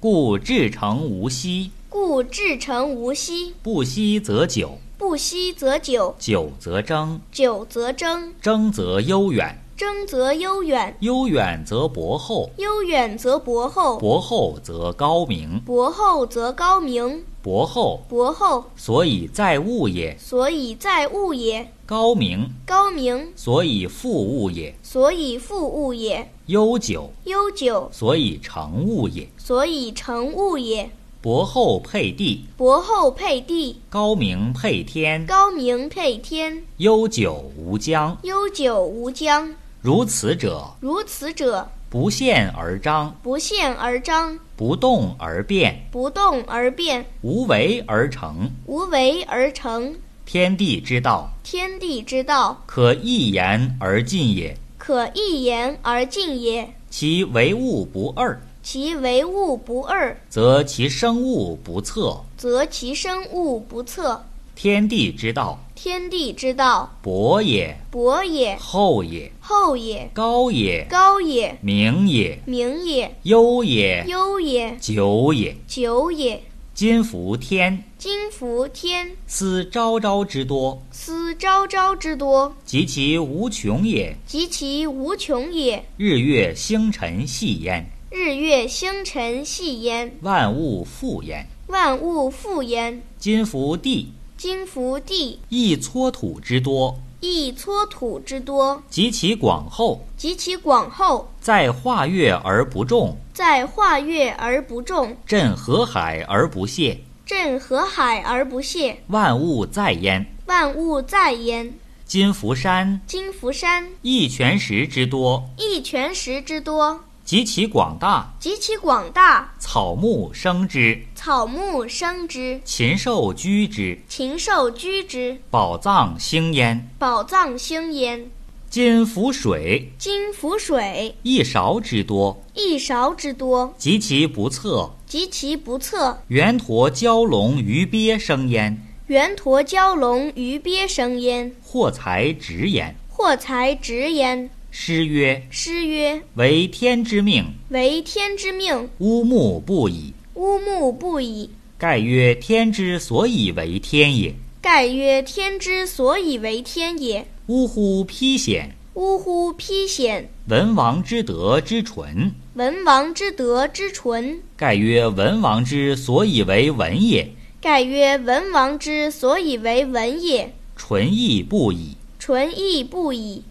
故至诚无息，故至诚无息。不息则久，不息则久，久则争，久则争，争则悠远，争则悠远，悠远则博厚，悠远则博厚，博厚则高明，博厚则高明。博厚博厚，所以在物也，所以在物也；高明高明，所以富物也，所以富物也；悠久悠久，所以成物也。所以成物也。博厚配地，博厚配地，高明配天，高明配天，悠久无疆。悠久无疆。如此者，如此者，不现而张，不现而张，不动而变，不动而变，无为而成。无为而成。天地之道，天地之道，可一言而尽也。可一言而尽也。其为物不二，其为物不二，则其生物不测。则其生物不测。天地之道，天地之道，博也，博也，厚也，厚也，高也，高也，明也，明也，优也，优也，久也。久也。今服天，今服天，思昭昭之多，思昭昭之多，及其无穷也。及其无穷也。日月星辰系焉，日月星辰系焉，万物复焉。万物复焉。今服地，今服地，亦搓土之多，亦搓土之多，及其广厚，及其广厚，在化月而不中，在化月而不中，镇河海而不泄，镇河海而不泄，万物在焉。万物在焉。今服山，今服山，一泉石之多，一泉石之多，及其广大，极其广大，草木生之，草木生之，禽兽居之，禽兽居之，宝藏兴焉。宝藏兴焉。今服水，今服水，一勺之多，一勺之多，及其不测，及其不测，圆陀蛟龙鱼鳖生焉，圆陀蛟龙鱼鳖生焉，获财直焉。获财直焉。诗曰：诗曰：为天之命，为天之命，乌木不已。乌木不已。盖曰：天之所以为天也，盖曰：天之所以为天也。呜呼！披险，呜呼！披险，文王之德之纯。文王之德之纯。盖曰：文王之所以为文也，盖曰：文王之所以为文也，纯亦不已。纯亦不已。